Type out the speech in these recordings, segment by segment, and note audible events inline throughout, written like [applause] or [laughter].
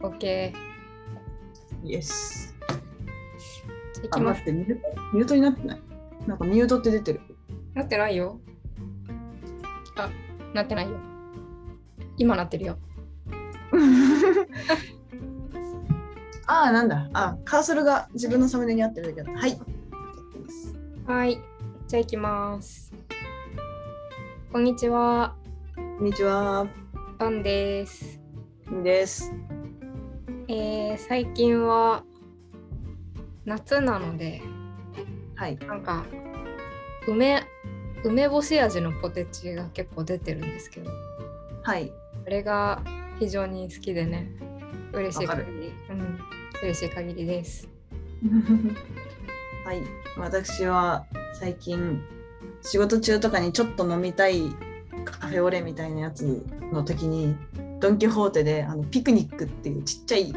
OK。イエス。いあ、きます待。って、ミュートミュートになってない。なんかミュートって出てる。なってないよ。あ、なってないよ。今なってるよ。ああ、なんだ。あカーソルが自分のサムネに合ってるだけだった。はい。はい。じゃあ行きます。こんにちは。こんにちは。バンです。みです。えー、最近は夏なので、はい。なんか梅、梅干し味のポテチが結構出てるんですけど、 [laughs] はい。あれが非常に好きでね、嬉しいわかる限り、うん、嬉しい限りです。はい。私は最近、仕事中とかにちょっと飲みたいカフェオレみたいなやつの時に、ドン・キホーテであのピクニックっていうちっちゃい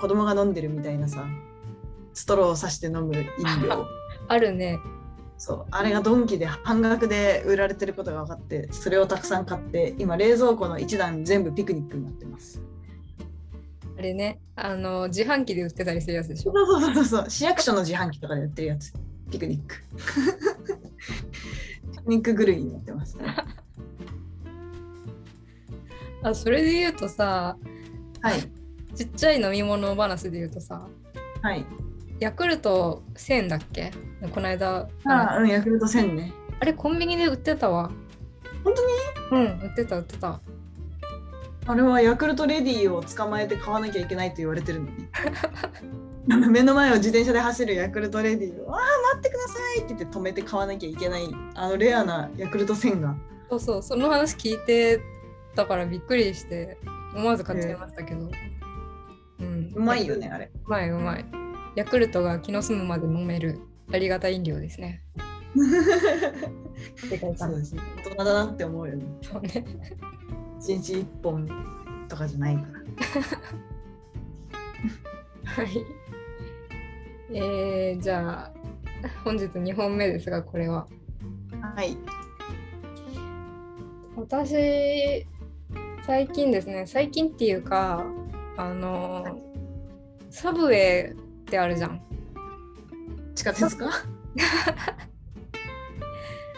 子供が飲んでるみたいなさ、ストローを刺して飲む飲料。あるね。そうあれがドンキで半額で売られてることが分かってそれをたくさん買って今冷蔵庫の一段全部ピクニックになってますあれね、あの自販機で売ってたりするやつでしそょ。うそうそうそう市役所の自販機とかでやってるやつピクニ [laughs] ックピクニック狂いになってますねあ、それで言うとさ、はいちっちゃい飲み物話で言うとさ、はいヤクルト1000だっけこの間、あああうんヤクルト1000ねあれコンビニで売ってたわ。本当にうん、売ってた売ってた。あれはヤクルトレディを捕まえて買わなきゃいけないと言われてるの [laughs] にあの目の前を自転車で走るヤクルトレディを「ああ待ってください!」って言って止めて買わなきゃいけないあのレアなヤクルト1000がそうそう、その話聞いてたからびっくりして、思わず買っちゃいましたけど。うん、うまいよ。ねあれうまいうまい。ヤクルトが気の済むまで飲めるありがたい飲料です [laughs] ね。世界そうですね。大人だなって思うよね。そうね。一日一本とかじゃないかはら。い。えー、じゃあ本日2本目ですがこれははい。私最近ですね最近っていうかあのサブウェイってあるじゃん地下鉄か。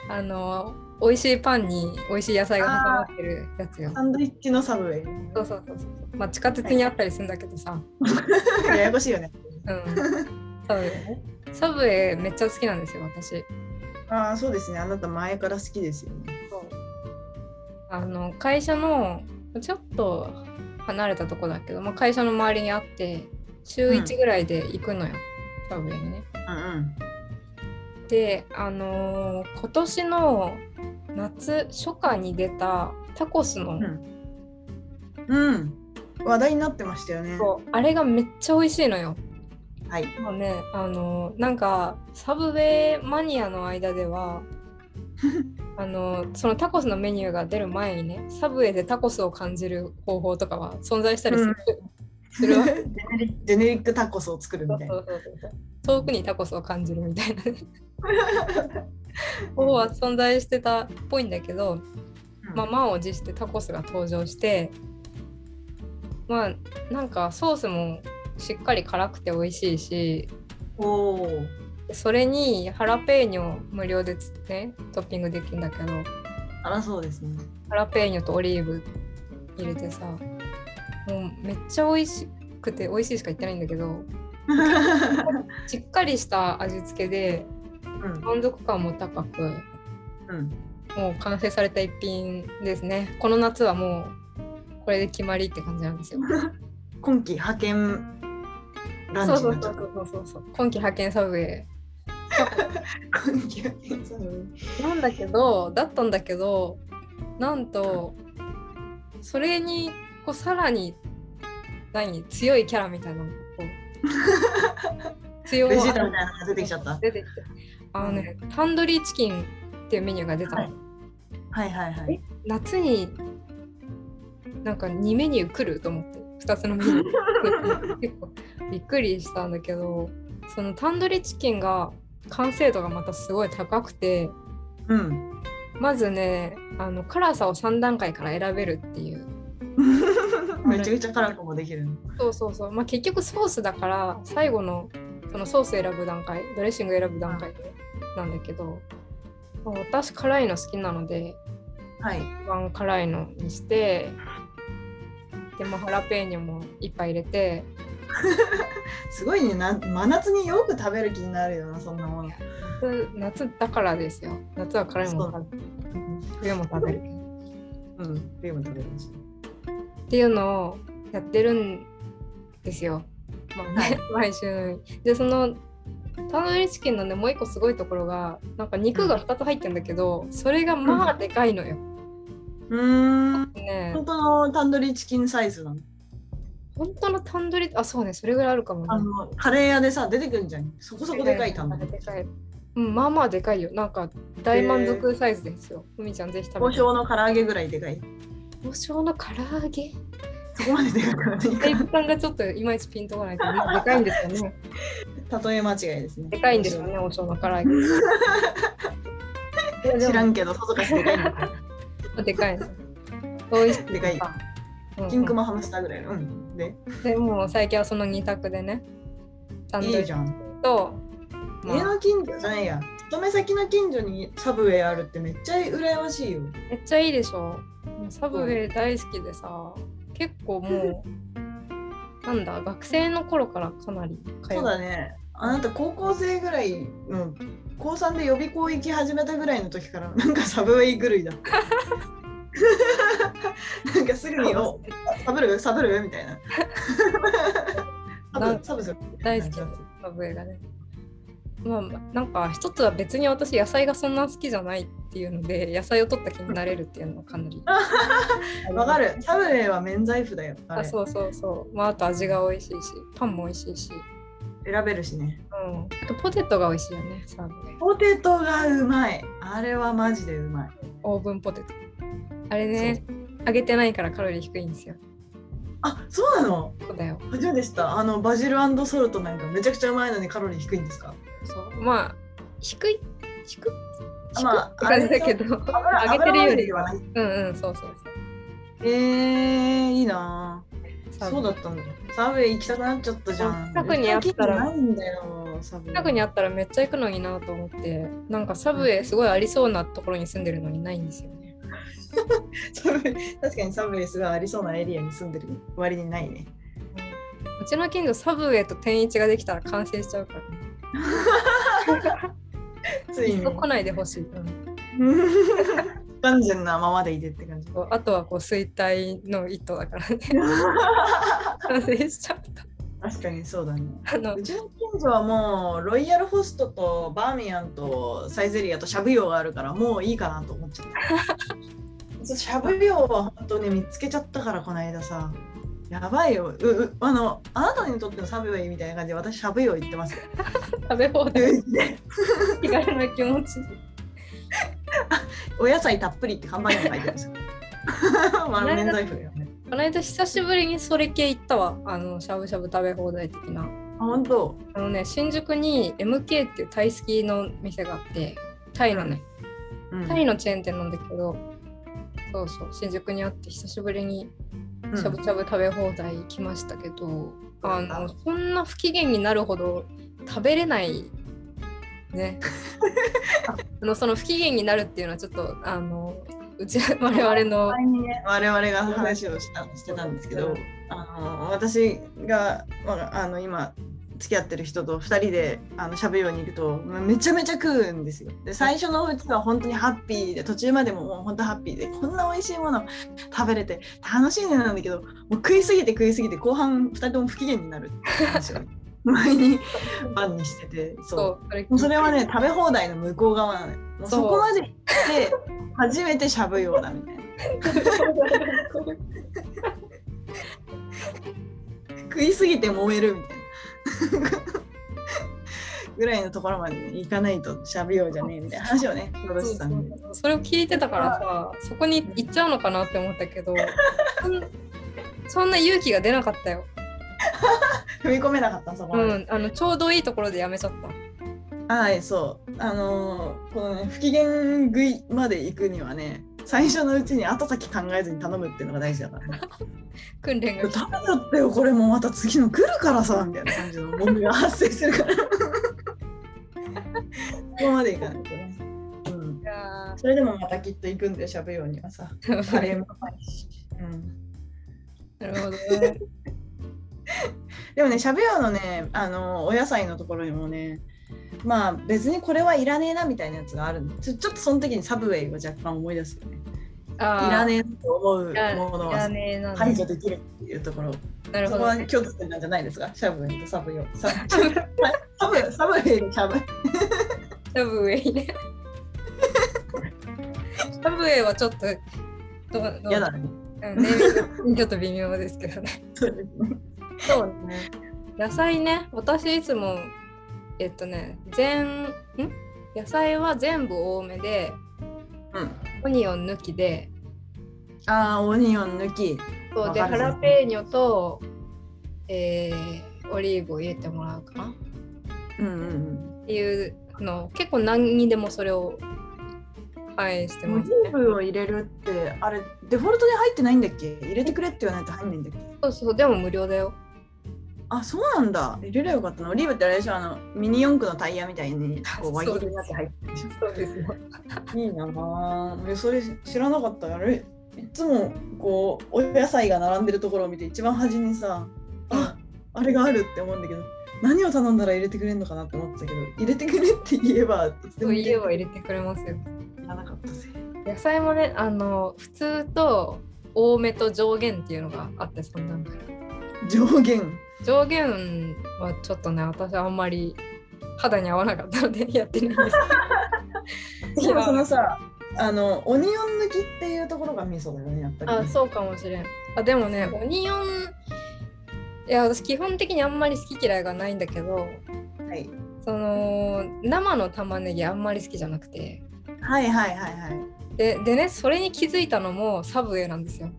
あの美味しいパンに美味しい野菜が挟まってるやつよサンドイッチのサブウェイ。そうそうそうそうまあ地下鉄にあったりするんだけどさ、ややこしいよね。うんサブウェイねサブウェイめっちゃ好きなんですよ私ああ、そうですね。あなた前から好きですよね。あの会社のちょっと離れたとこだけど、まあ、会社の周りにあって週うん1ぐらいで行くのよ、サブウェイにね。うんうん。であのー今年の夏初夏に出たタコスの、うん。話題になってましたよね。そうあれがめっちゃ美味しいのよ。はい。もうねあのーなんかサブウェイマニアの間ではあのーそのタコスのメニューが出る前にねサブウェイでタコスを感じる方法とかは存在したりする,、するわけ [laughs] ジェネリジェネリックタコスを作るみたいそな。うそうそうそう遠くにタコスを感じるみたいな [laughs] ね方法は存在してたっぽいんだけど、うんまあ、満を持してタコスが登場してまあなんかソースもしっかり辛くて美味しいしおお。それにハラペーニョ無料でつねトッピングできるんだけどあらそ [laughs] うですね。ハラペーニョとオリーブ入れてさもうめっちゃ美味しくて美味しいしか言ってないんだけどしっかりした味付けでうん満足感も高くうん。もう完成された一品ですねこの夏はもうこれで決まりって感じなん [laughs] ですよ今季派遣ランチになっちゃった。そうそうそう今季派遣サブウェ今季派遣サブウェイ。イなんだけどだったんだけどなんとそれにこうさらに何強いキャラみたいなのがこ [laughs] う強ベジータみたいなのが出てきちゃった。出てきてあのねタンドリーチキンっていうメニューが出たの、はいはいはいはえい。夏になんか2メニュー来ると思って2つのメニュ [laughs] ー結構びっくりしたんだけどそのタンドリーチキンが完成度がまたすごい高くて [laughs] うん。まずねあの辛さを3段階から選べるっていうめちゃくちゃ辛くもできるの。そうそうそう、まあ、結局ソースだから最後のそのソース選ぶ段階ドレッシング選ぶ段階なんだけど、まあ私辛いの好きなのではい。一番辛いのにしてで、まあ、ハラペーニョも一杯入れてすごいねな、真夏によく食べる気になるよな、そんなもの。夏夏だからですよ夏は辛いもの食べる冬も食べるうん、ビーム食べるし。っていうのをやってるんですよ、まあね、毎週のようにでそのタンドリーチキンのねもう一個すごいところがなんか肉が2つ入ってんだけどそれがまあでかいのよ、うーん。ね本当のタンドリーチキンサイズなの。本当のタンドリーあそうねそれぐらいあるかもあねの、カレー屋でさ、出てくるんじゃん。そこそこでかいタンドリでー。かいうん、まあまあでかいよ。なんか大満足サイズですよ。ふみちゃんぜひ食べ王て。王将の唐揚げぐらいでかい。将の唐揚げ [laughs] そこまででかくはないテ [laughs] イかプさんがちょっといまいちピンとこないけど、まあでかいんですよね。ら。例え間違いですね。でかいんですよね、王将の唐揚げ。いやでも [laughs] 知らんけど、さぞかしでかいんだから。でかいの。美味しでかい。い。キンクマハムスターぐらいの。うん。で、うんでもう最近はその二択でね。サンドイいいッじチゃん。と、ま家あ、の近所じゃないや。勤め先の近所にサブウェイあるってめっちゃ羨ましいよ。めっちゃいいでしょ。サブウェイ大好きでさ、結構もう、なんだ、学生の頃からかなり通そうだね。あなた高校生ぐらいの高3で予備校行き始めたぐらいの時からなんかサブウェイ狂 [laughs] いだった。なんかすぐにおサブるサブるみたいな。サなんブサブする大好きですサブウェイがね。まあ、なんか一つは別に私野菜がそんな好きじゃないっていうので野菜を取った気になれるっていうのはかなり [laughs] わかる。サブウェイは免罪符だよ。ああれそうそうそう、まあ、あと味が美味しいしパンも美味しいし、選べるしね。うん、あとポテトが美味しいよねサーブでポテトがうまい。あれはマジでうまい。オーブンポテトあれね揚げてないからカロリー低いんですよあそうなのそうだよ初めて知った。あのバジルソルトなんかめちゃくちゃうまいのにカロリー低いんですかそうまあ低い低いあ低いまあって感じだけど油 [laughs] 揚げてるよ油まみりれではないうんうんそうそうそうえー、いいなぁ。サーブそうだったんだ。サブウェイ行きたくなっちゃったじゃん。近くにあったら行きたくないんだよ、サブウェイ。近くにあったらめっちゃ行くのになと思ってなんかサブウェイすごいありそうなところに住んでるのにないんですよねサブウェイ確かにサブウェイすごいありそうなエリアに住んでる割にないね。うちの近所サブウェイと天一ができたら完成しちゃうからねついいっに。そ来ないでほしい、うん [laughs] 単純なままでいてって [laughs] 感じ。そうあとはこう衰退の一途だからね [laughs] 完成しちゃう確かにそうだね。とあのうちの近所はもうロイヤルホストとバーミヤンとサイゼリアとシャブ用があるからもういいかなと思っちゃった。シャブ用は本当に見つけちゃったからこの間さ。やばいよ。ううあのあなたにとってのサブウェイみたいな感じで私シャブ用行ってます。食べ放題気軽な気持ちでお野菜たっぷりって看板にも書いてます。 [laughs] まあ免罪符だよね。この間久しぶりにそれ系行ったわあのしゃぶしゃぶ食べ放題的なあ本当。あのね新宿に MK っていうタイ好きの店があってタイのねうんタイのチェーン店なんだけど、そうそう、新宿にあって久しぶりにうんしゃぶしゃぶ食べ放題来ましたけど、ああのそんな不機嫌になるほど食べれないね。あのその不機嫌になるっていうのはちょっとあのうち我々の前にね我々が話をしたしてたんですけど、あの私が、まあ、あの今付き合ってる人と2人であの喋るように行くとまあめちゃめちゃ食うんですよ。で最初のうちは本当にハッピーで途中までももう本当ハッピーでこんな美味しいもの食べれて楽しいねなんだけどもう食いすぎて食いすぎて後半2人とも不機嫌になるっていう話を [laughs] 前に晩にしててそうそうそれもうそ [laughs] れはね食べ放題の向こう側なのよもうそうそこまで行って初めてしゃぶようだみたいな。食いすぎて燃えるみたいな [laughs] ぐらいのところまでね、行かないとしゃべようじゃねえみたいな話をねそう戻そしうてたんでそれを聞いてたからさそこに行っちゃうのかなって思ったけどそんそんな勇気が出なかったよ。踏み込めなかったそこまうで、ん、あのちょうどいいところでやめちゃった。はいそうあのーこのね不機嫌食いまで行くにはね最初のうちに後先考えずに頼むっていうのが大事だからね。訓練 [laughs] がダメだったよこれもまた次の来るからさみたいな感じの問題が発生するから [laughs] そこまでいかないとね、うん、それでもまたきっと行くんでしゃべようにはさカレーもないし、うなん、るほどね。でもねしゃべようのねあのお野菜のところにもねまあ別にこれはいらねえなみたいなやつがあるのちょちょっとその時にサブウェイを若干思い出すよねいあーらねえと思うもいらのいらはねえな排除できるっていうところなるそほこどはね。共通点なんじゃないですかシャブウェイとサブヨ。サブサブサブウェイとシャブ。サブウェ [laughs] イね。サブウェイはちょっとどうどう嫌だね。うん、ネーミングちょっと微妙ですけどね。そうですね。そうね。野菜ね、私いつも、えっとね、全、ん野菜は全部多めで、うん。オニオン抜きで、ああ、オニオン抜き。そうで、わハかるラペーニョと、えーオリーブを入れてもらうかなっうんうんていうの、結構何にでもそれを反映してうん。オまリすーね。ブを入れるって、あれ、デフォルトで入ってないんだっけ入れてくれって言わないと入んないんだっけそうそう、でも無料だよ。あ、そうなんだ。入れればよかったの。オリーブってあれでしょあの、ミニ四駆のタイヤみたいに、こう、輪切りになって入ってるでしそうですよ。ょ。いいなあえそれ知らなかった。あれ、いつも、こう、お野菜が並んでるところを見て、一番端にさ、ああれがあるって思うんだけど何を頼んだら入れてくれるのかなって思ってたけど入れてくれって言えばいつでそもう家れは入れてくれますよ。なかったぜ野菜もね、あの、普通と多めと上限っていうのがあって、その段階。上限上限はちょっとね私あんまり肌に合わなかったのでやってないんです [laughs] でもそのさあのオニオン抜きっていうところがミソだよねやっぱりね、あそうかもしれんあでもねオニオンいや私基本的にあんまり好き嫌いがないんだけどはい、その生の玉ねぎあんまり好きじゃなくてはいはいはいはいででねそれに気づいたのもサブウェイなんですよ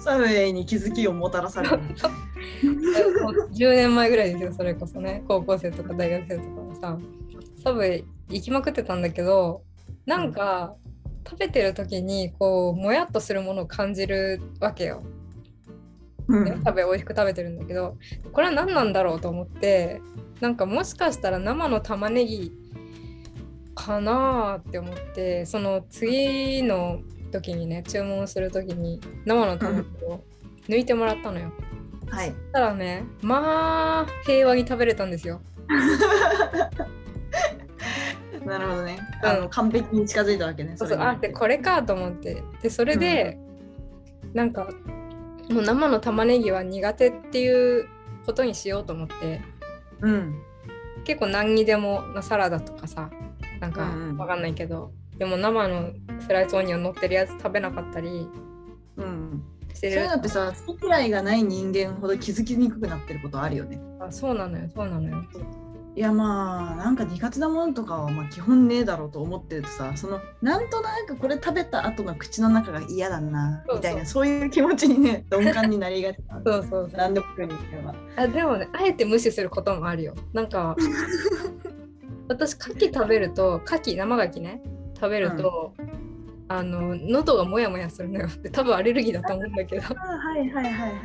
サムエイに気づきをもたらされるもう10年 [laughs] 前ぐらいですよそれこそね高校生とか大学生とかもさサブウェイ行きまくってたんだけどなんか食べてる時にこうもやっとするものを感じるわけよ、うねん食べ美味しく食べてるんだけどこれは何なんだろうと思ってなんかもしかしたら生の玉ねぎかなーって思ってその次の時にね注文する時に生の玉ねぎを抜いてもらったのよ。はいたらねまあ平和に食べれたんですよなるほどねうんあの、完璧に近づいたわけねそうれそうにあでこれかと思ってでそれで、なんかもう生の玉ねぎは苦手っていうことにしようと思ってうん結構何にでもなサラダとかさなんかうんうんわかんないけど、でも生のスライスオニオン乗ってるやつ食べなかったりうん、してそういるうのってさ好き嫌いがない人間ほど気づきにくくなってることあるよねあそうなのよそうなのよいやまあなんか苦手なものとかはまあ基本ねえだろうと思ってるとさそのなんとなくこれ食べた後の口の中が嫌だなそうそうみたいなそういう気持ちに [laughs] ね鈍感になりがちなそうそうそう何でも食うにしてはあでもねあえて無視することもあるよなん [laughs] か私牡蠣食べると牡蠣生牡蠣ね食べると、あの喉がモヤモヤするのよで多分アレルギーだと思うんだけど [laughs] あはいはいはいはいは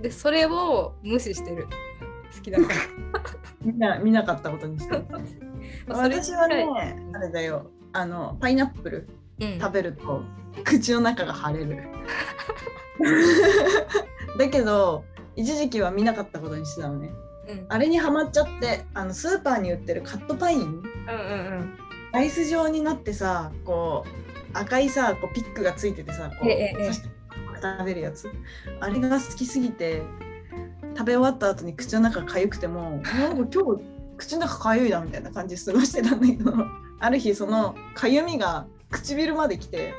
でそれを無視してる好きだ [laughs] かいみんな見なかったことに [laughs] してるらそれ私はねあれだよあのパイナップルうん食べると口の中が腫れる [laughs] だけど一時期は見なかったことにしてたのねうんあれにハマっちゃってあのスーパーに売ってるカットパインうんうんうんアイス状になってさこう赤いさこうピックがついててさこう、ええええ刺して食べるやつあれが好きすぎて食べ終わった後に口の中が痒くても [laughs] なんか今日口の中痒いなみたいな感じで過ごしてたんだけど [laughs] ある日その痒みが唇まで来て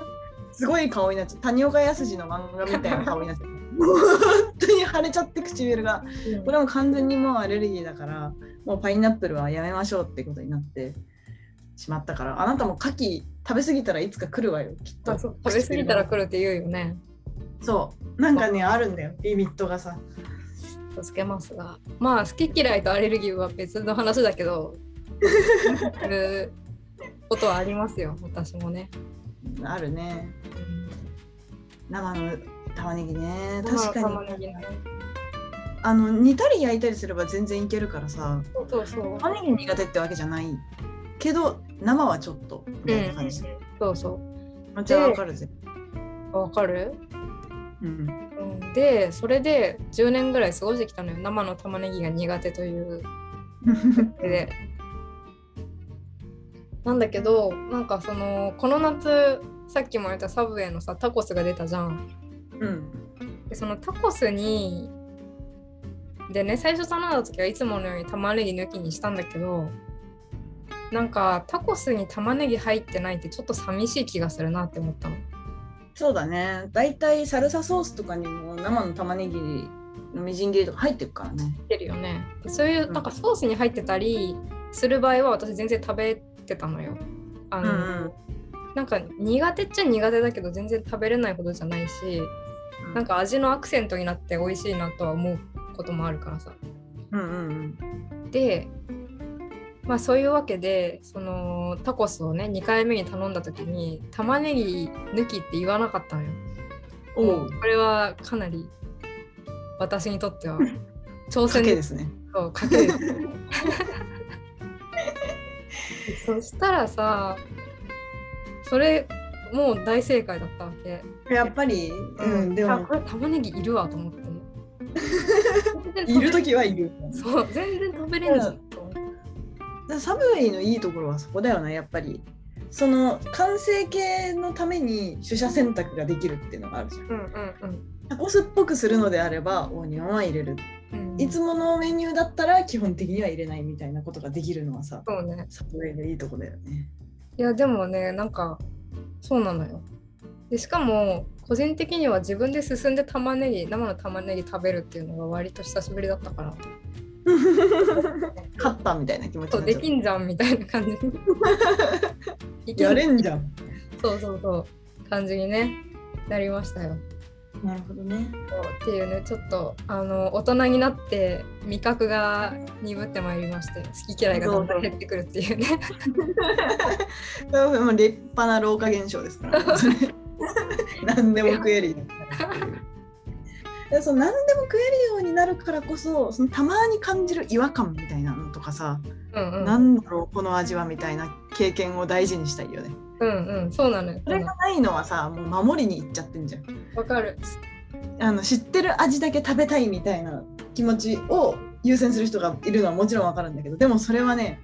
[laughs] すごい顔になっちゃう谷岡康の漫画みたいな顔になっちゃう [laughs] 本当に腫れちゃって唇がこれも完全にもうアレルギーだからもうパイナップルはやめましょうってことになってしまったからあなたも牡蠣食べ過ぎたらいつか来るわよきっそとうそう食べ過ぎたら来るって言うよねそうなんかねあるんだよリミットがさ気をつけますがま [laughs] あ好き嫌いとアレルギーは別の話だけどうんことはありますよ、私もね。あるね。うん生の玉ねぎね。生の確玉かねに。ぎねあの煮たり焼いたりすれば全然いけるからさ。そうそうそう。玉ねぎ苦手ってわけじゃない。けど生はちょっとみたいな感じ。そうそめっちゃわかるぜ。う。わかる、うん。うん、で、それで10年ぐらい過ごしてきたのよ。生の玉ねぎが苦手というで。なんだけど、なんかその、この夏、さっきも言ったサブウェイのさ、タコスが出たじゃん。 [laughs] うん。でそのタコスにでね最初頼んだ時はいつものように玉ねぎ抜きにしたんだけどなんかタコスに玉ねぎ入ってないってちょっと寂しい気がするなって思ったのそうだね。だいたいサルサソースとかにも生の玉ねぎのみじん切りとか入ってるからね。てるよねでそういううんなんかソースに入ってたりする場合は私全然食べてたのよあの、うんなんか苦手っちゃ苦手だけど全然食べれないことじゃないしうんなんか味のアクセントになって美味しいなとは思うこともあるからさうんうんでまあそういうわけでそのタコスをね2回目に頼んだ時に玉ねぎ抜きって言わなかったのよ。うん。おもうう。これはかなり私にとって [laughs] は挑か戦けですね。とかける。 [laughs] そしたらさそれもう大正解だったわけ。やっぱり、うん、であもこれ玉ねぎいるわと思って。全然い食べる時はいる。そう全然食べれんじゃんと思って。だサブウェイのいいところはそこだよな、やっぱり。その完成形のために取捨選択ができるっていうのがあるじゃん。うんうんうんタコスっぽくするのであればオニオンは入れる。うんいつものメニューだったら基本的には入れないみたいなことができるのはさ、そうね。サブウェイのいいとこだよ [laughs] ね。いやでもねなんかそうなのよ。でしかも個人的には自分で進んで玉ねぎ生の玉ねぎ食べるっていうのが割と久しぶりだったから勝ったみたいな気持ちそにうでなっちゃうきんじゃんみたいな感じ [laughs] いけやれんじゃん。そうそうそう感じにねなりましたよ。なるほどね。そうっていうねちょっとあの大人になって味覚が鈍ってまいりまして好き嫌いがどんどん減ってくるっていうね。 [laughs] だからもう立派な老化現象で [laughs] すから、ね、それ何でも食えるようになるっていう。だからその何でも食えるようになるからこそそのたまに感じる違和感みたいなのとかさ、うんうん、なんだろうこの味はみたいな経験を大事にしたいよね。うんうんそうなのよ。それがないのはさもう守りに行っちゃってんじゃん。わかる。あの知ってる味だけ食べたいみたいな気持ちを優先する人がいるのはもちろんわかるんだけどでもそれはね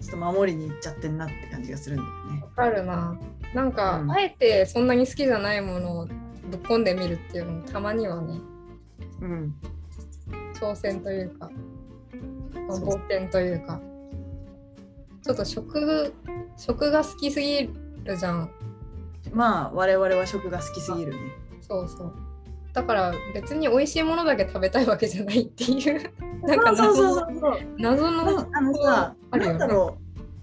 ちょっと守りに行っちゃってんなって感じがするんだよね。わかるな。なんか、うんあえてそんなに好きじゃないものをぶっ込んでみるっていうのもたまにはねうん挑戦というかまあそう冒険というかちょっと食食が好きすぎるじゃんまあ我々は食が好きすぎるね。そうそうだから別に美味しいものだけ食べたいわけじゃないっていう [laughs] なんかそうそう謎そうのそうそ謎う。のあのさ、あるよなねんだろ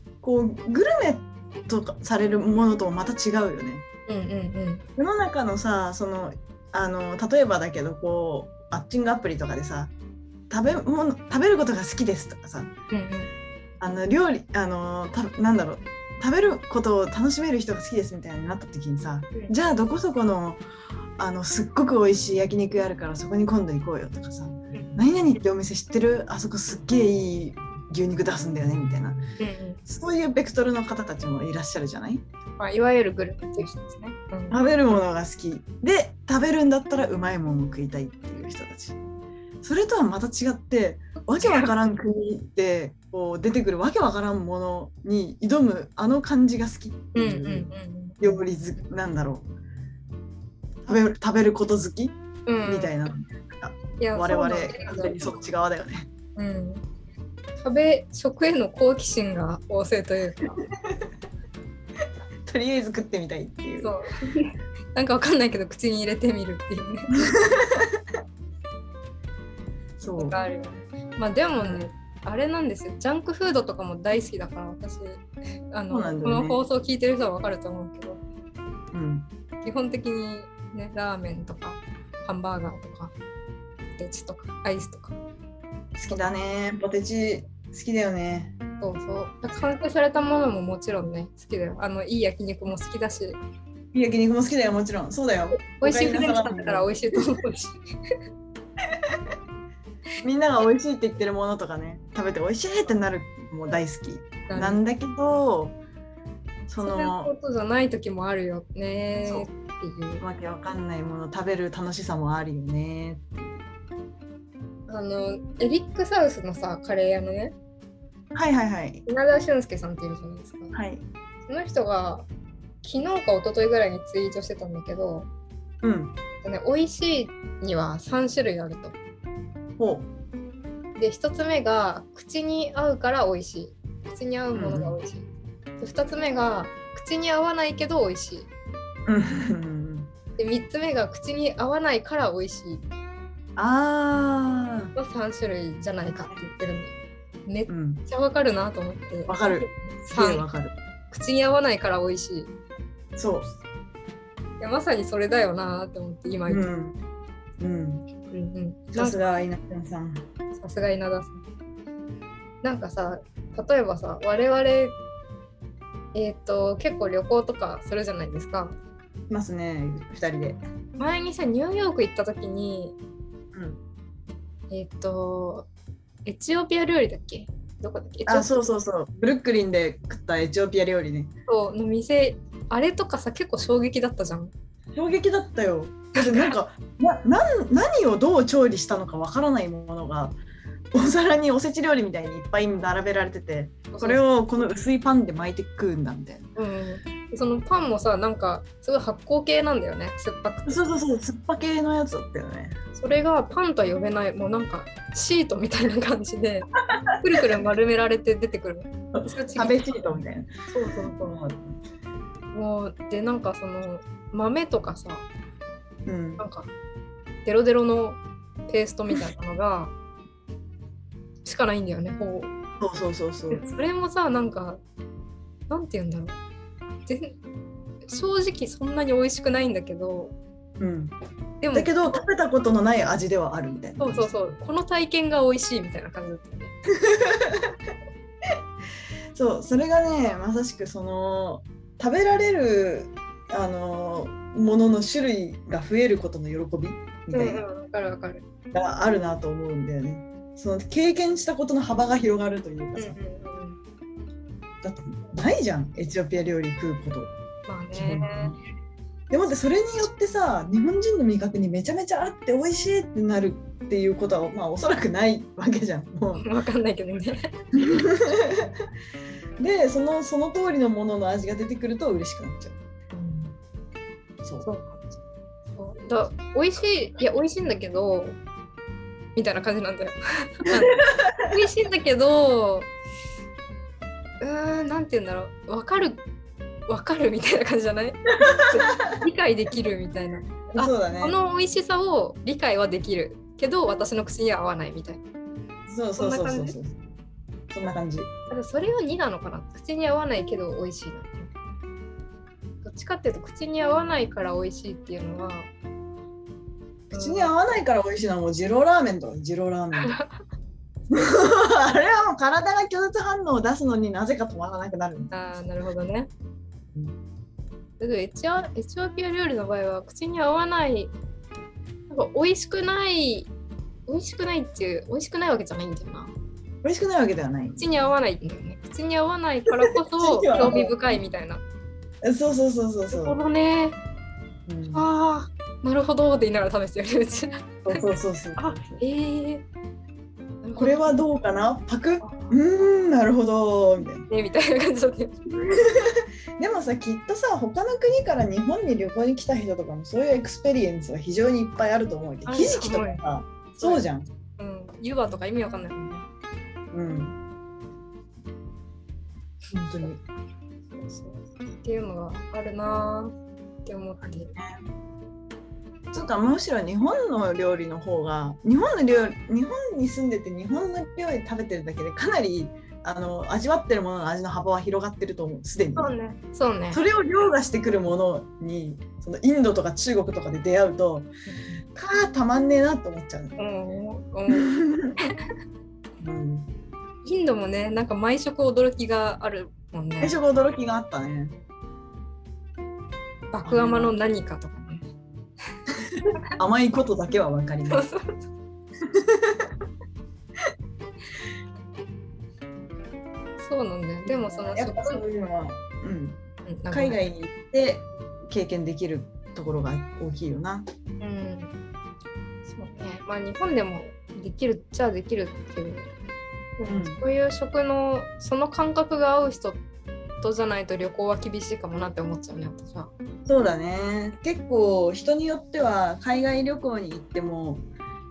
う、こうグルメとかされるものともまた違うよね。うんうんうん世の中のさ、そのあの例えばだけどこうマッチングアプリとかでさ、食べ物食べることが好きですとかさ、うんうんあの料理あのたなんだろう。食べることを楽しめる人が好きですみたいになった時にさ、うんじゃあどこそこのあのすっごく美味しい焼肉屋あるからそこに今度行こうよとかさ、うん何々ってお店知ってるあそこすっげえいい牛肉出すんだよねみたいなうんそういうベクトルの方たちもいらっしゃるじゃないうんまあ、いわゆるグルメっていう人ですね、うん食べるものが好きで食べるんだったらうまいものを食いたいっていう人たちそれとはまた違ってわけわからん国でこう出てくるわけわからんものに挑むあの感じが好きってうんうんういうん料理好きなんだろう食べる食べること好きうんうんみたいなや我そうな々んだけど完全にそっち側だよね [laughs] うん、食べ食への好奇心が旺盛というかとりあえず食ってみたいっていうそう [laughs] なんかわかんないけど口に入れてみるっていうねそとうかあるよねまあでもねあれなんですよジャンクフードとかも大好きだから私あそのうなんだよこのね放送聞いてる人はわかると思うけどうん基本的にねラーメンとかハンバーガーとかポテチとかアイスとか好きだねポテチ好きだよねそうそうだから完成されたものももちろんね好きだよあのいい焼肉も好きだしいい焼肉も好きだよ、もちろん。そうだよ。美味しいフレンチだったから美味しいと思うしみんなが美味しいって言ってるものとかね、食べて美味しいってなるもう大好き。 [laughs] なんだけど、そそういうこのとじゃない時もあるよねそうっていうわけわかんないもの食べる楽しさもあるよね。あのエリック・サウスのさカレー屋のねはいはいはい。稲田俊介さんっているじゃないですかはい。その人が昨日か一昨日ぐらいにツイートしてたんだけど、うん。えっとね、美味しいには3種類あると。ほ。で1つ目が口に合うから美味しい口に合うものが美味しい、で2つ目が口に合わないけど美味しいううん。 [laughs] で3つ目が口に合わないから美味しいああ。の3種類じゃないかって言ってるんだよめっうん。ちゃわかるなと思ってわかるすげえわ3かる。口に合わないから美味しいいそう。やまさにそれだよなって思って今う言って、ん。うん。うんうん、なさんすかが稲田さん。さすが稲田さんなんかさ例えばさ我々えっ、と結構旅行とかするじゃないですかいますね、二人で。前にさニューヨーク行った時にうん。えっ、とエチオピア料理だっけどこだっけエチオピあ、そうそうそう。ブルックリンで食ったエチオピア料理ね。アの店あれとかさ結構衝撃だったじゃん衝撃だったよ。だってなんかななん何をどう調理したのかわからないものがお皿におせち料理みたいにいっぱい並べられててこれ、をこの薄いパンで巻いて食うんだみたいな。うん、でそのパンもさなんかすごい発酵系なんだよね酸っぱくてそうそうそう酸っぱ系のやつだったよね。それがパンとは呼べないもうなんかシートみたいな感じ [laughs] でくるくる丸められて出てくるそれ食べシートみたいな。そうそうそうもうでなんかその豆とかさうんなんかデロデロのペーストみたいなのがしかないんだよねこそうそうそうそうう。それもさなんかなんて言うんだろう全正直そんなに美味しくないんだけどうん、でもだけど食べたことのない味ではあるみたいな。そうそうそうこの体験が美味しいみたいな感じだったよねそうそれがねまさしくその食べられるあのものの種類が増えることの喜びみたいな。うん、わかるわかる、があるなと思うんだよね。その経験したことの幅が広がるといううんかうんさ、うん、だってないじゃんエチオピア料理食うことまあ基本的にね。でもってそれによってさ日本人の味覚にめちゃめちゃ合って美味しいってなるっていうことはまあおそらくないわけじゃんもう。わかんないけどねでそのその通りのものの味が出てくると嬉しくなっちゃう。そうそうそうだ美味しいいや美味しいんだけどみたいな感じなんだ [laughs] よ美味しいんだけどうーんなんて言うんだろうわかるわかるみたいな感じじゃない [laughs] 理解できるみたいなあそうだねこの美味しさを理解はできるけど私の口には合わないみたいなそうそうそそんなうそ感うじそうそんな感じ。ただそれは2なのかな口に合わないけど美味しいなどっちかっていうと口に合わないから美味しいっていうのは口に合わないから美味しいのはもう二郎ラーメンとか二郎ラ [laughs] ーメン [laughs] あれはもう体が拒絶反応を出すのになぜか止まらなくなるああ、なるほどねう。だけどエチオエチオピア料理の場合は口に合わない、なんか美味しくない、美味しくないっていう、美味しくないわけじゃないんだよな。美味しくないわけではない口に合わないんだよね。口に合わないからこそ [laughs] 口には合興わない味深いみたいな。なそうそうそうそうそるうほどね。うんああ、なるほどって言いながら食べてるうち。そうそうそうあええー。これはどうかなパクうーんなるほどみたいなねみたいな感じだったよね。でもさきっとさ他の国から日本に旅行に来た人とかもそういうエクスペリエンスは非常にいっぱいあると思うけどあるひじきとかさそうじゃんうん。湯葉とか意味わかんないもんね。うん本当にそうそうっていうのがあるなーって思って。つうかむしろ日本の料理の方が日本の料理日本に住んでて日本の料理食べてるだけでかなりあの味わってるものの味の幅は広がってると思うすでにそうね。そうね。それを凌駕してくるものにそのインドとか中国とかで出会うとかあたまんねえなと思っちゃう、うん、うん、うん、インドもね、なんか毎食驚きがあるもんね最。初驚きがあったね。爆甘の何かとかね。甘いことだけは分かりそうます。そうそう。そうなんだよ。でもそのやっぱ食そういうのは、うん、うんなんか海外に行って経験できるところが大きいよな。うん。そうね。まあ日本でもできるっちゃできるけど、ううんん、そういう食のその感覚が合う人とじゃないと旅行は厳しいかもなって思っちゃうね私は。そうだね。結構人によっては海外旅行に行っても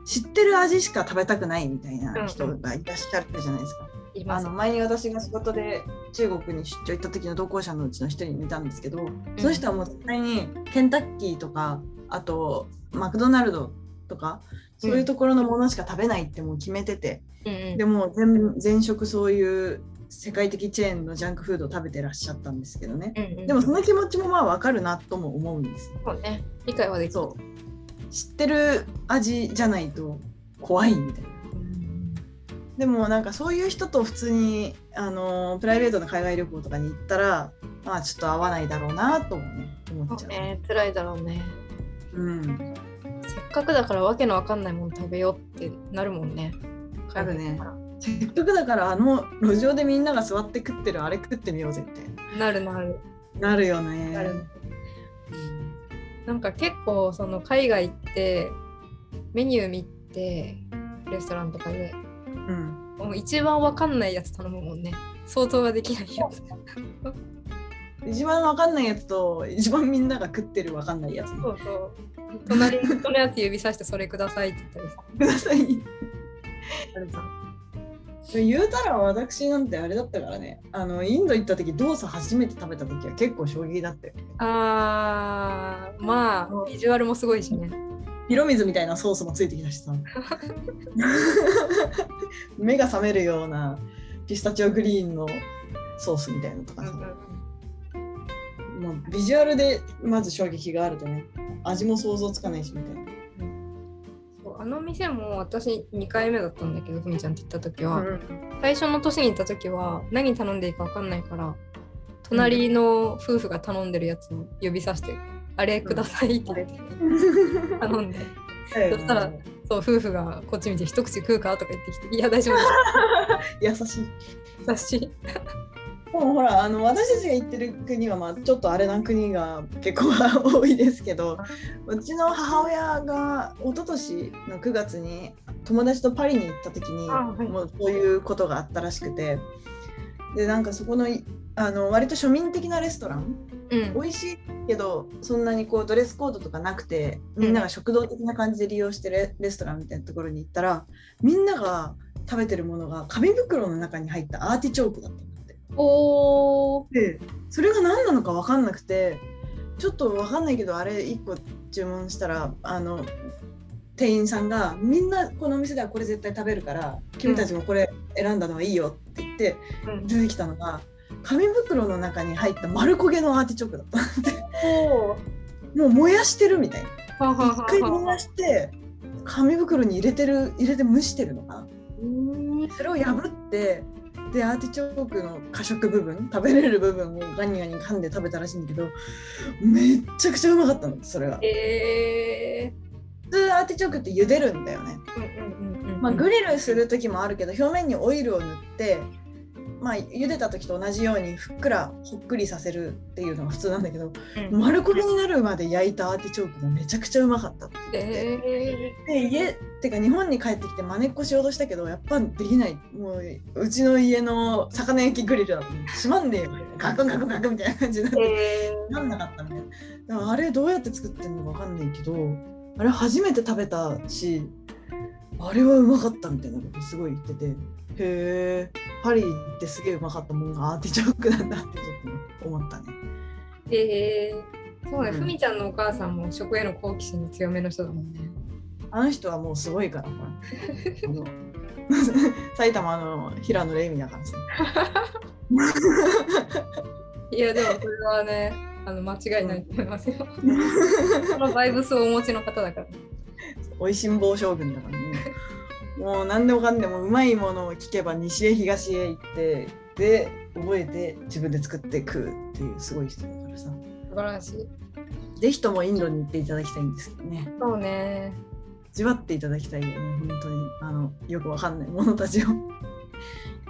知ってる味しか食べたくないみたいな人がいらっしゃるじゃないですか。いあますの。前に私が仕事で中国に出張行った時の同行者のうちの一人にいたんですけど、その人はもう絶対にケンタッキーとかあとマクドナルドとかそういうところのものしか食べないってもう決めてて、うんうんでも全前職そういう世界的チェーンのジャンクフードを食べてらっしゃったんですけどね、うんうんでもその気持ちもまあ分かるなとも思うんですよそうね。理解はできる。そう知ってる味じゃないと怖いみたいな。うんでもなんかそういう人と普通にあのプライベートの海外旅行とかに行ったらまあちょっと合わないだろうなともね思っそちうゃう。ね。辛いだろうね。うん、せっかくだからわけのわかんないもの食べようってなるもんね。なる海外ねだかせっかくだからあの路上でみんなが座って食ってるあれ食ってみようぜってらなるなる。なるよね。なるなんか結構その海外行ってメニュー見てレストランとかでうん、もう一番わかんないやつ頼むもんね想像ができないやつ一番わかんないやつと一番みんなが食ってるわかんないやつね。そうそう隣の人のやつ指さしてそれくださいって言ったりさください。あるじゃん [laughs] 言うたら私なんてあれだったからねあのインド行った時動作初めて食べた時は結構衝撃だったよ。あーまあビジュアルもすごいしね色水みたいなソースもついてきたしさ [laughs] 目が覚めるようなピスタチオグリーンのソースみたいなのとかさ、もうビジュアルでまず衝撃があるとね味も想像つかないしみたいな、そうあの店も私2回目だったんだけどふみちゃんって行った時は、うん最初の年に行った時は何頼んでいいか分かんないから隣の夫婦が頼んでるやつを指さして「あれください」って言って頼んで、そしたらそう夫婦がこっち見て「一口食うか?」とか言ってきて「いや大丈夫優しいです」私でもほらあの私たちが行ってる国はまあちょっとあれな国が結構多いですけどうちの母親が一昨年の9月に友達とパリに行った時にあはいもうそういうことがあったらしくてでなんかそこのいあの割と庶民的なレストランうん美味しいけどそんなにこうドレスコードとかなくてみんなが食堂的な感じで利用してるレストランみたいなところに行ったらみんなが食べてるものが紙袋の中に入ったアーティチョークだったんだって。おーでそれが何なのか分かんなくてちょっと分かんないけどあれ1個注文したらあの店員さんが「みんなこのお店ではこれ絶対食べるから君たちもこれ選んだのはいいよ」って言ってうん出てきたのが紙袋の中に入った丸焦げのアーティチョークだった [laughs] おーもう燃やしてるみたいはははな一回は燃やして紙袋に入れてる入れて蒸してるのかなうーんそれを破ってでアーティチョークの過食部分食べれる部分をガニガニ噛んで食べたらしいんだけどめっちゃくちゃうまかったのそれがえ普通アーティチョークって茹でるんだよね、ーうんうんうんうんまあ、グリルする時もあるけど表面にオイルを塗ってまあ茹でた時と同じようにふっくらほっくりさせるっていうのが普通なんだけどうん丸焦げになるまで焼いたアーティチョークがめちゃくちゃうまかったって言って、えで家ってか日本に帰ってきてまねっこしようとしたけどやっぱできないもううちの家の魚焼きグリルだとしまんねえよガクンガクンガクンみたいな感じになっーてえなんなかったみたいなだからあれどうやって作ってんのかわかんないけどあれ初めて食べたしあれはうまかったみたいなことすごい言っててへえパリ行ってすげえうまかったもんがアーティチョークなんだってちょっと思ったねーえーそうね、うんふみちゃんのお母さんも食への好奇心強めの人だもんね。あの人はもうすごいからほら [laughs] あの埼玉の平野レミだからさいやでもこれはねあの間違いないと思います [laughs] よ。そのバイブスをお持ちの方だから。美味しん坊将軍だからね。もう何でもかんでもうまいものを聞けば西へ東へ行ってで覚えて自分で作って食うっていうすごい人だからさ素晴らしい。ぜひともインドに行っていただきたいんですけどねそうね。味わっていただきたいよね本当にあのよくわかんない [laughs] ものたちを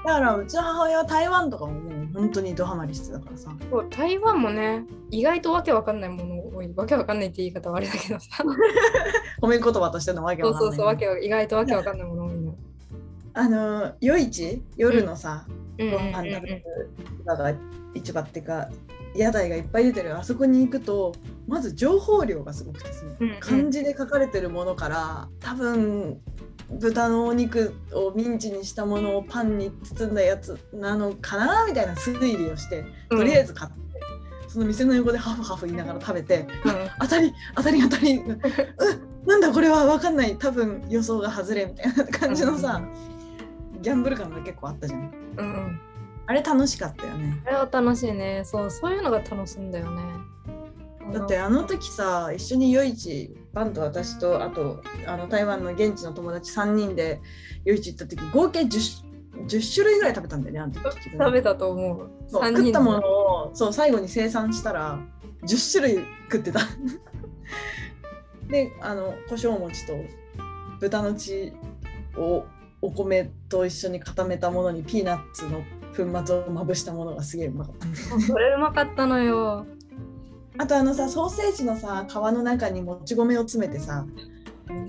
だからうちの母親は台湾とかももう本当にドハマりしてたからさそう台湾もね、意外とわけわかんないもの多い。わけわかんないって言い方はあれだけど [laughs] さ。褒め言葉としてのわけそわうかそんなういそう、わけわ意外とわけわかんないもの多い [laughs] な。あの夜市夜のさ、うんうんごうん飯食べうる市場が市場っていうか屋台がいっぱい出てるあそこに行くとまず情報量がすごくてそのうんうん漢字で書かれてるものから多分豚のお肉をミンチにしたものをパンに包んだやつなのかなみたいな推理をしてんとりあえず買って、その店の横でハフハフ言いながら食べてうん当たり当たり当たりうんなんだこれは分かんない多分予想が外れみたいな感じのさギャンブル感が結構あったじゃん。うんうん。あれ楽しかったよね。あれは楽しいね。そう、そういうのが楽しいんだよね。だってあの時さ一緒に夜市バンと私とあとあの台湾の現地の友達3人で夜市行った時合計 10, 10種類ぐらい食べたんだよねあの時結局食べたと思う。そう三人食ったものをそう最後に生産したら10種類食ってた [laughs] であの胡椒餅と豚の血をお米と一緒に固めたものにピーナッツの粉末をまぶしたものがすげえうまかった [laughs] それうまかったのよ。あとあのさソーセージのさ皮の中にもち米を詰めてさ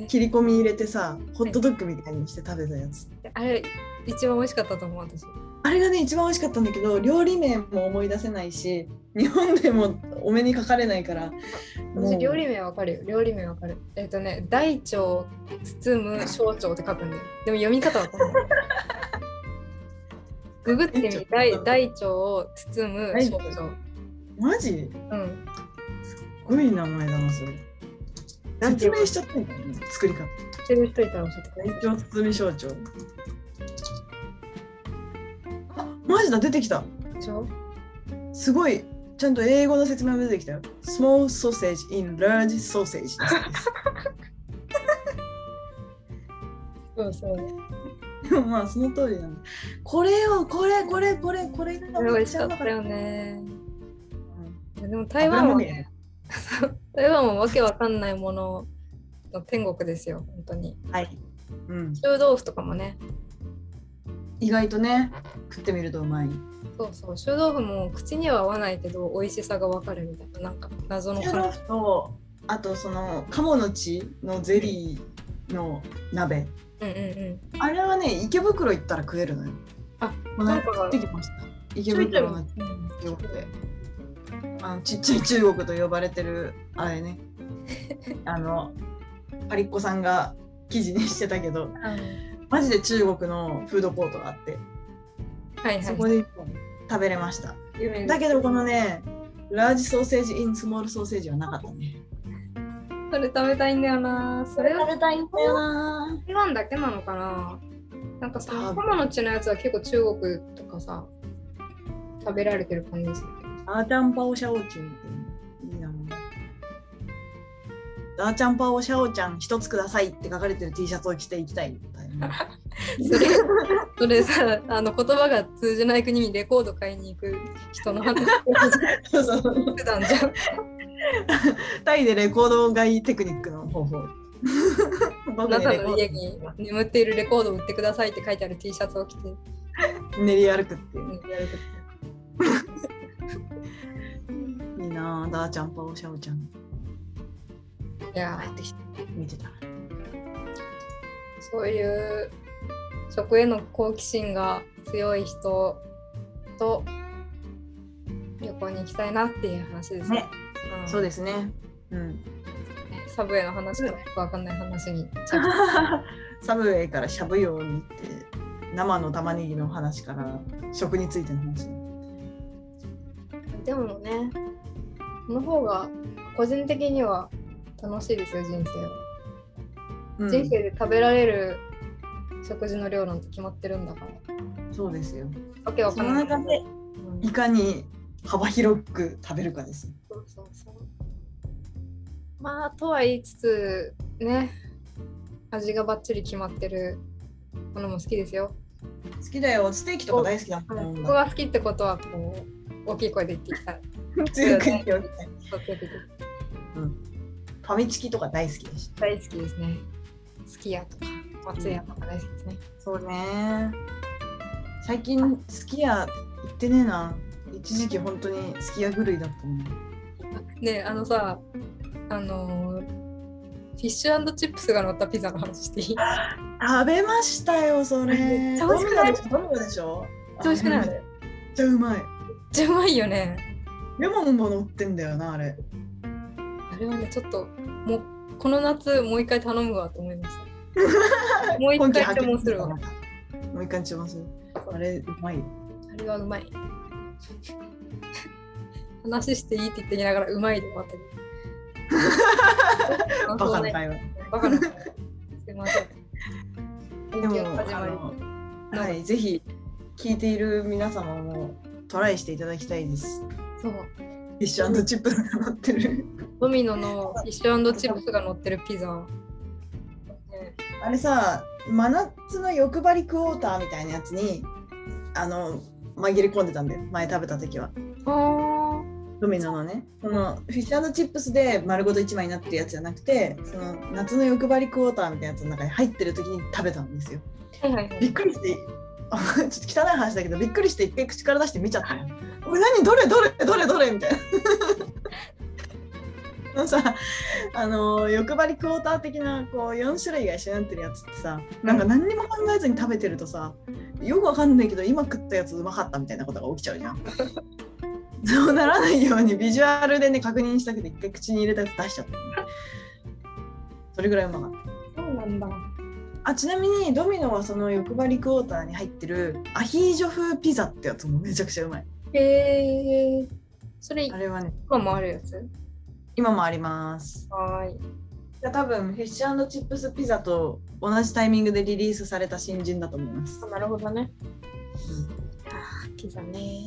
切り込み入れてさホットドッグみたいにして食べたやつ、あれ、一番美味しかったと思う、私。あれがね一番美味しかったんだけど料理名も思い出せないし日本でもお目にかかれないからも私う料理名わかるよ。料理名わかる。えっ、とね、大腸包む小腸って書くんだよ。でも読み方わかん [laughs] ない。ググってみちょっと大大腸を包む小大腸。マジうん。すごい名前だなそれなんてい説うの明しちゃったんだよね作り方知ってる人いたら教えてください。一応包み象徴あマジだ出てきたでしょすごいちゃんと英語の説明も出てきたよ small sausage in large sausage ですそうそう。でもまあその通りなんだ。これをこれこれこれこれあがれ美めっ味しちかゃっうまたよね。うんいやでも台湾油はまみれね、台湾もわけわかんないものの天国ですよ、本当に。はい。うん。中豆腐とかもね、意外とね食ってみるとうまい。そうそう、臭豆腐も口には合わないけど、美味しさがわかるみたいな、なんか謎のキャ感ロじ。フとあとその鴨の血のゼリーの鍋。うんうんうん。あれはね池袋行ったら食えるのよ。あ、このな間んか食ってきました。池ちょいちょい袋の中国で。あのちっちゃい中国と呼ばれてるあれね。あのパリッコさんが記事にしてたけど。あのマジで中国のフードコートがあってはいはい。そこで一本食べれました有名ですだけどこのねラージソーセージインスモールソーセージはなかったねそれ食べたいんだよな。それはべたいんだよな台湾だけなのかな。なんかそ多の分鴨の血のやつは結構中国とかさ、食べられてる感じでするけど。ダーチャンパオシャオチュンっていうのいいなダーチャンパオシャオちゃん一つくださいって書かれてる T シャツを着ていきたいみたいな [laughs] それそれさあの言葉が通じない国にレコード買いに行く人の話そうそう普段じ [laughs] ゃん。タイでレコード買いテクニックの [laughs] 方法あ僕なにたレコのー家に眠っているレコードを売ってくださいって書いてある T シャツを着てやド練り歩くっていうねるといいなあダーチャンパオシャオちゃんいや帰ってきて見てたらそういう食への好奇心が強い人と旅行に行きたいなっていう話ですね。ね、うんそうですね。うん。サブウェイの話からよくわかんない話に着地。サブウェイからしゃぶようにって、生の玉ねぎの話から食についての話。でもね、その方が個人的には楽しいですよ、人生は。うん、人生で食べられる食事の量なんて決まってるんだから。そうですよ。わけわそかんのない。中でうんいかに幅広く食べるかです。そうそうそうまあとは言いつつね味がばっちり決まってるこのも好きですよ。好きだよ、ステーキとか大好きだこもん。こが好きってことはこう大きい声で言ってきた。強く言っておきたいそう強く言ってきファミチキとか大好きでした。た大好きですね。好きやとか松屋とか大好きですね。そうね。最近、すき家行ってねえな。一時期本当にすき家狂いだったもん。ねえあのさあのーフィッシュチップスが乗ったピザの話していい食べましたよ、それ。めっちゃ美味しくないドミノでしょ美味しくないあれめっちゃうまい。めっちゃうまいよね。レモンも乗ってんだよな、あれ。あれはねちょっともうこの夏もう一回頼むわと思いま [laughs] した。もう一今季回注文するわ。もう一回注文する。あれ、うまい。あれはうまい。話していいって言ってきながらうまいで終 [laughs] わったけど。バカな会話。バカな会話。すいません。でも勉強始まりあのはい、ぜひ聞いている皆様もトライしていただきたいです。そう。フィッシュチップスが乗ってる。ドミノのフィッシュチップスが乗ってるピザ。ねあれさ、真夏の欲張りクォーターみたいなやつに、あの、紛れ込んでたんだよ、前食べた時は。あドミノのね、そのフィッシュチップスで丸ごと1枚になってるやつじゃなくて、その夏の欲張りクォーターみたいなやつの中に入ってる時に食べたんですよ。あ。はいはいはびい。っくりして、あ [laughs] ちょっと汚い話だけど、びっくりして一回口から出して見ちゃったよ。俺何どれどれどれどれみたいな。 [laughs] あのさあの欲張りクォーター的なこう4種類が一緒になってるやつってさなんか何にも考えずに食べてるとさよくわかんないけど今食ったやつうまかったみたいなことが起きちゃうじゃん [laughs] そうならないようにビジュアルでね確認したくて一回口に入れたやつ出しちゃったそれぐらいうまかったそうなんだ。あちなみにドミノはその欲張りクォーターに入ってるアヒージョ風ピザってやつも [laughs] めちゃくちゃうまいへえ。それあれはね今もあるやつ今もありますはーい。多分フィッシュチップスピザと同じタイミングでリリースされた新人だと思いますあなるほどね。ピザね。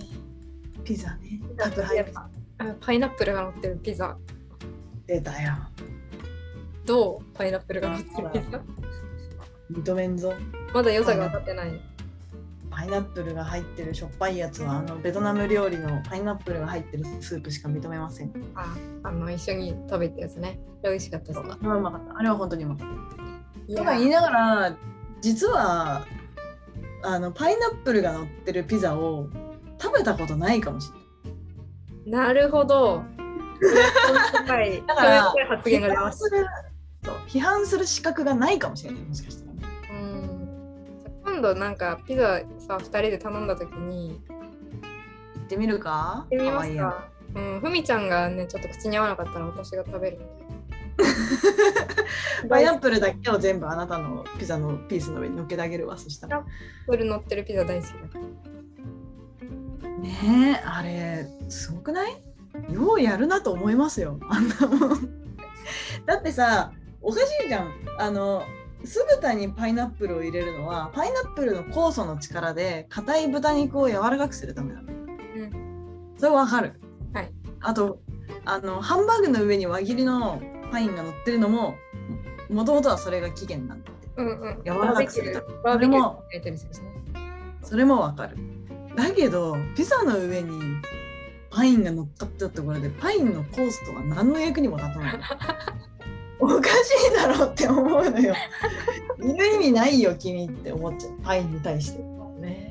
ピザね宅配ピザあパイナップルが乗ってるピザ。出たよどうパイナップルが乗ってるピザ認めんぞまだ良さが分かってない。パイナップルが入ってるしょっぱいやつはあのベトナム料理のパイナップルが入ってるスープしか認めませんあ、あの一緒に食べたやつね。美味しかったですねあ。れはうまかったあれは本当にうまかったいとか言いながら実はあのパイナップルが乗ってるピザを食べたことないかもしれない。なるほ [laughs] ど。深いだから深い発言が出批ま判しするそう批判する資格がないかもしれないもしかしたらね。た。うん。今度なんかピザさ二人で頼んだ時に行ってみる行かってみますハワイか。うん、ふみちゃんがねちょっと口に合わなかったら私が食 [laughs] べるんアで。ンパイナップルだけを全部あなたのピザのピースの上に乗っけてあげるわそしたら。プル乗ってるピザ大好きだ。ねえあれすごくないようやるなと思いますよ [laughs] あんなもん。だってさおかしいじゃんあの酢豚にパイナップルを入れるのはパイナップルの酵素の力で硬い豚肉を柔らかくするためなの。それわかる。はい、あとあのハンバーグの上に輪切りのパインが乗ってるのももともとはそれが起源なんだって。うんうん。柔らかくするたバーめベキュー。バーベキューでも焼いたりするしね。それもわかる。だけど、ピザの上にパインが乗っかったところで、パインのコースとは何の役にも立たない。おかしいだろって思うのよ。いる意味ないよ、君って思っちゃう。パインに対して。ね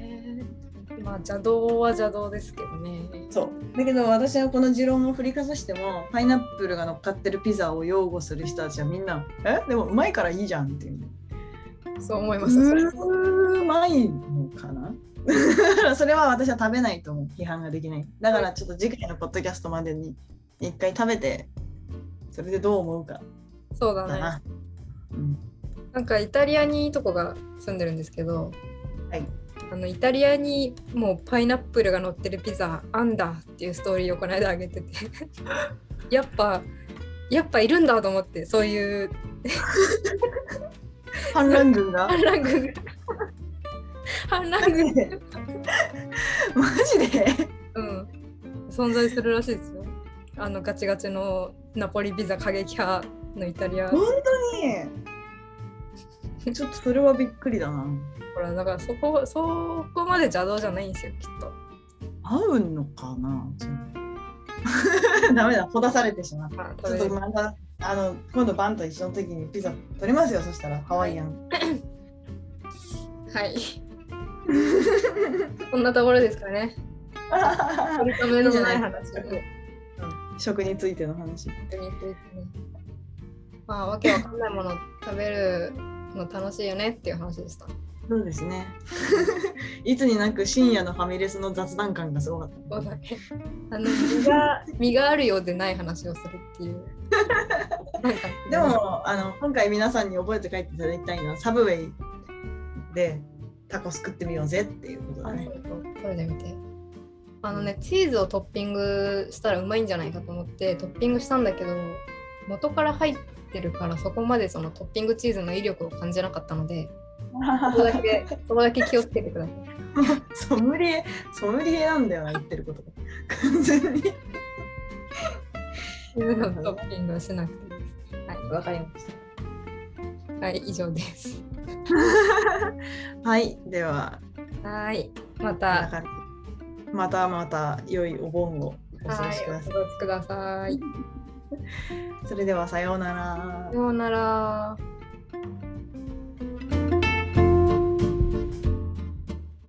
えまあ邪道は邪道ですけどね。そう。だけど、私はこの持論を振りかざしても、パイナップルが乗っかってるピザを擁護する人たちはみんな、えでもうまいからいいじゃんっていう。そう思いうます。ーまいのかなだから [laughs] それは私は食べないと思う批判ができないだからちょっと次回のポッドキャストまでに一回食べてそれでどう思うかそうだだね。な、うん、なんかイタリアにいとこが住んでるんですけど、はいあのイタリアにもうパイナップルが乗ってるピザあんだっていうストーリーをこの間あげてて [laughs] やっぱやっぱいるんだと思ってそういう反乱軍 [laughs] 反が乱軍が反乱軍が、マジでうん、存在するらしいですよあのガチガチのナポリピザ過激派のイタリア本当にちょっとそれはびっくりだな。ほらだからそこそこまで邪道じゃないんですよきっと合うのかな [laughs] ちょっとダメだ、ほだされてしまった。あちょっとまた、あの、今度バンと一緒の時にピザ取りますよ、そしたら、ハワイアン。はい [laughs] こんなところですかね取り留めのない話食についての話。まあわけわかんないもの食べるの楽しいよねっていう話でしたそうですね。いつになく深夜のファミレスの雑談感がすごかっそうた。だねあの身が身があるようでない話をするって [laughs] いうなんかでも、あの、今回皆さんに覚えて帰っていただきたいのは、サブウェイでタコ作ってみようぜっていうことだあね。食べてみてあのねチーズをトッピングしたらうまいんじゃないかと思ってトッピングしたんだけど元から入ってるからそこまでそのトッピングチーズの威力を感じなかったのでそこだ [laughs] けそこだけ気をつけてくださいソムリエ、ソムリエなんだよな、言ってることが。完全に。チーズのトッピングをしなくていいですわかりました。はい、はい、以上ですはい、では、はいまこんなた感じまたまた良いお盆をお過はごしいくだおさ過ごしくださいい。それではさようならさ。ようなら